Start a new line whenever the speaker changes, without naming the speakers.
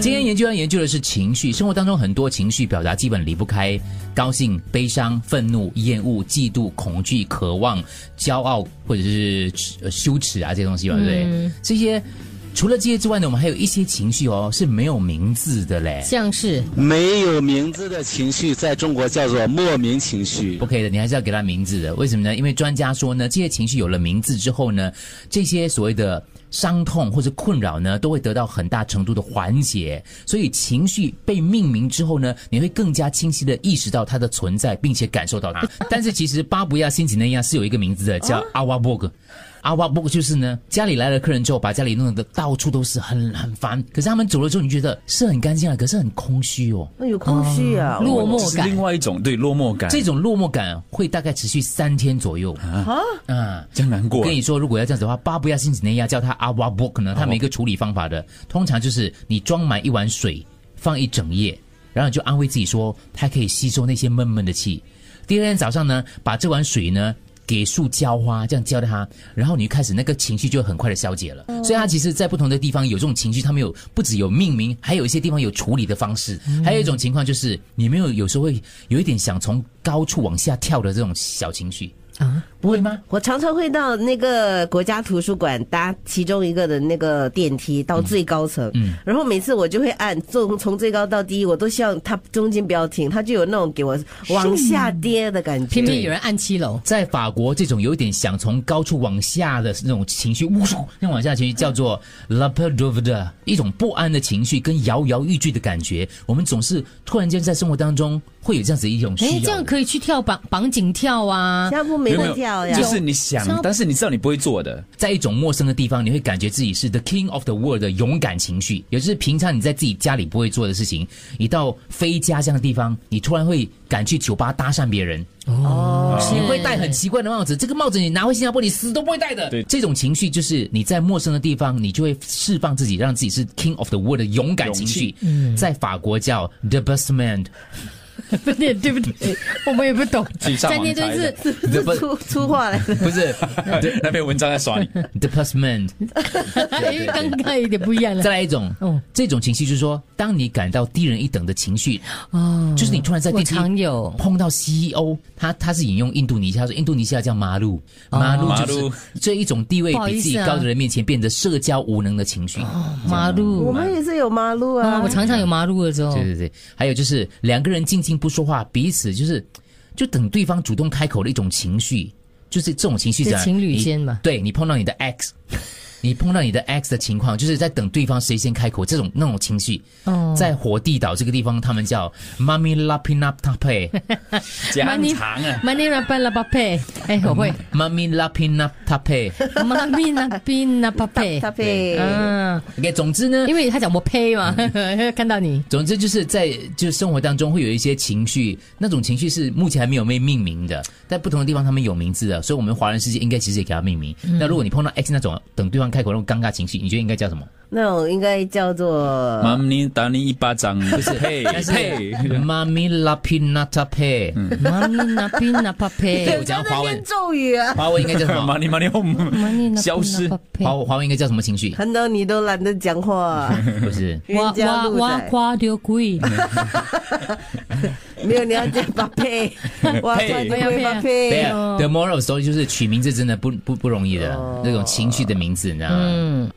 今天研究要研究的是情绪，生活当中很多情绪表达基本离不开高兴、悲伤、愤怒、厌恶、嫉妒、恐惧、渴望、骄傲或者是呃羞耻啊这些东西嘛，对不对？这些除了这些之外呢，我们还有一些情绪哦是没有名字的嘞。
像是
没有名字的情绪，在中国叫做莫名情绪
不。可以的，你还是要给它名字的。为什么呢？因为专家说呢，这些情绪有了名字之后呢，这些所谓的伤痛或者困扰呢，都会得到很大程度的缓解。所以情绪被命名之后呢，你会更加清晰的意识到它的存在，并且感受到它。但是其实巴布亚新几内亚是有一个名字的，叫阿瓦博格。阿瓦布就是呢，家里来了客人之后，把家里弄得到处都是很，很烦。可是他们走了之后，你觉得是很干净了，可是很空虚哦。
哎呦，空虚啊！
落
我
寞
这是
感
另，外一种对落寞感，
这种落寞感会大概持续三天左右啊啊！
这样难过
我跟你说，如果要这样子的话，巴布亚新几内亚叫它阿瓦布克呢，他们有一个处理方法的，通常就是你装满一碗水，放一整夜，然后你就安慰自己说，它可以吸收那些闷闷的气。第二天早上呢，把这碗水呢。给树浇花，这样浇它，然后你就开始那个情绪就很快的消解了。所以它其实，在不同的地方有这种情绪，他们有不只有命名，还有一些地方有处理的方式。还有一种情况就是，你没有有时候会有一点想从高处往下跳的这种小情绪
啊，
不会吗？
我常常会到那个国家图书馆搭其中一个的那个电梯到最高层，然后每次我就会按从从最高到低，我都希望它中间不要停，它就有那种给我往下跌的感觉。
偏偏有人按七楼，
在法国，这种有点想从高处往下的那种情绪，呜，那种往下的情绪叫做
哎
la p e r d o v d a 一种不安的情绪跟摇摇欲坠的感觉。我们总是突然间在生活当中会有这样子一种需要
哎
的。，
这样可以去跳绑绑紧跳啊，
下铺没
有没
得
有
跳呀，
就是你想
像，
但是你知道你不会做的，
在一种陌生的地方，你会感觉自己是 the king of the world 的勇敢情绪，也就是平常你在自己家里不会做的事情，你到非家乡的地方，你突然会敢去酒吧搭讪别人。
哦，
你会戴很奇怪的帽子，这个帽子你拿回新加坡你死都不会戴的。
对
这种情绪就是你在陌生的地方，你就会释放自己，让自己是 king of the world 的勇敢情绪。
嗯
在法国叫 the best man，the
不 对对不对？我们也不懂，
自己上
三
网
天就
查一下
是
这
best
粗粗话来的。
不是
那篇文章在耍你，
the best man。
哎，刚刚有点不一样了
再。来一种
嗯，
这种情绪就是说，当你感到低人一等的情绪，
哦，
就是你突然在
我
电梯
常有
碰到 CEO，他他是引用印度尼西亚，他说印度尼西亚叫马路，马路就
哦马
是
路
这一种地位
不好
比
意
自己
思啊
高的人面前变得社交无能的情绪。
马
我
路
们也是有马路
啊，
啊，
我常常有马路的时候
对，对对，还有就是两个人静静不说话，彼此就是就等对方主动开口的一种情绪，就是这种情绪
就
讲
情侣
你
间嘛
对你碰到你的 X，你碰到你的 X 的情况，就是在等对方谁先开口，这种那种情绪，
哦
在火地岛这个地方，他们叫 mami lapi nap tape
家
Money-
常啊。
，money r a b 哎，我会
mami lapi nap tape。
，money r a b
搭配。
嗯，
OK，总之呢，
因为他讲我呸嘛， 看到你，
总之就是在就是生活当中会有一些情绪，那种情绪是目前还没有被命名的，在不同的地方他们有名字的，所以我们华人世界应该其实也给它命名。那如果你碰到 X 那种等对方开口那种尴尬情绪，你觉得应该叫什么？
那我应该叫做
妈咪打你一巴掌，不是嘿嘿，
妈咪嗯拉皮纳塔佩，
money r a b
对，我
我
讲华文，
咒语啊，
华文应该叫什么？
妈你妈你
money
消失，
华华文应该叫什么情绪？
看到你都懒得讲话，
不是。
哇
冤家
哇
路
哇
窄。
夸丢贵，
没有，你要讲 搭配，哇，
配
对对搭
对
配。
啊，The moral story 就是取名字真的不不不容易的，那种情绪的名字，你知道吗？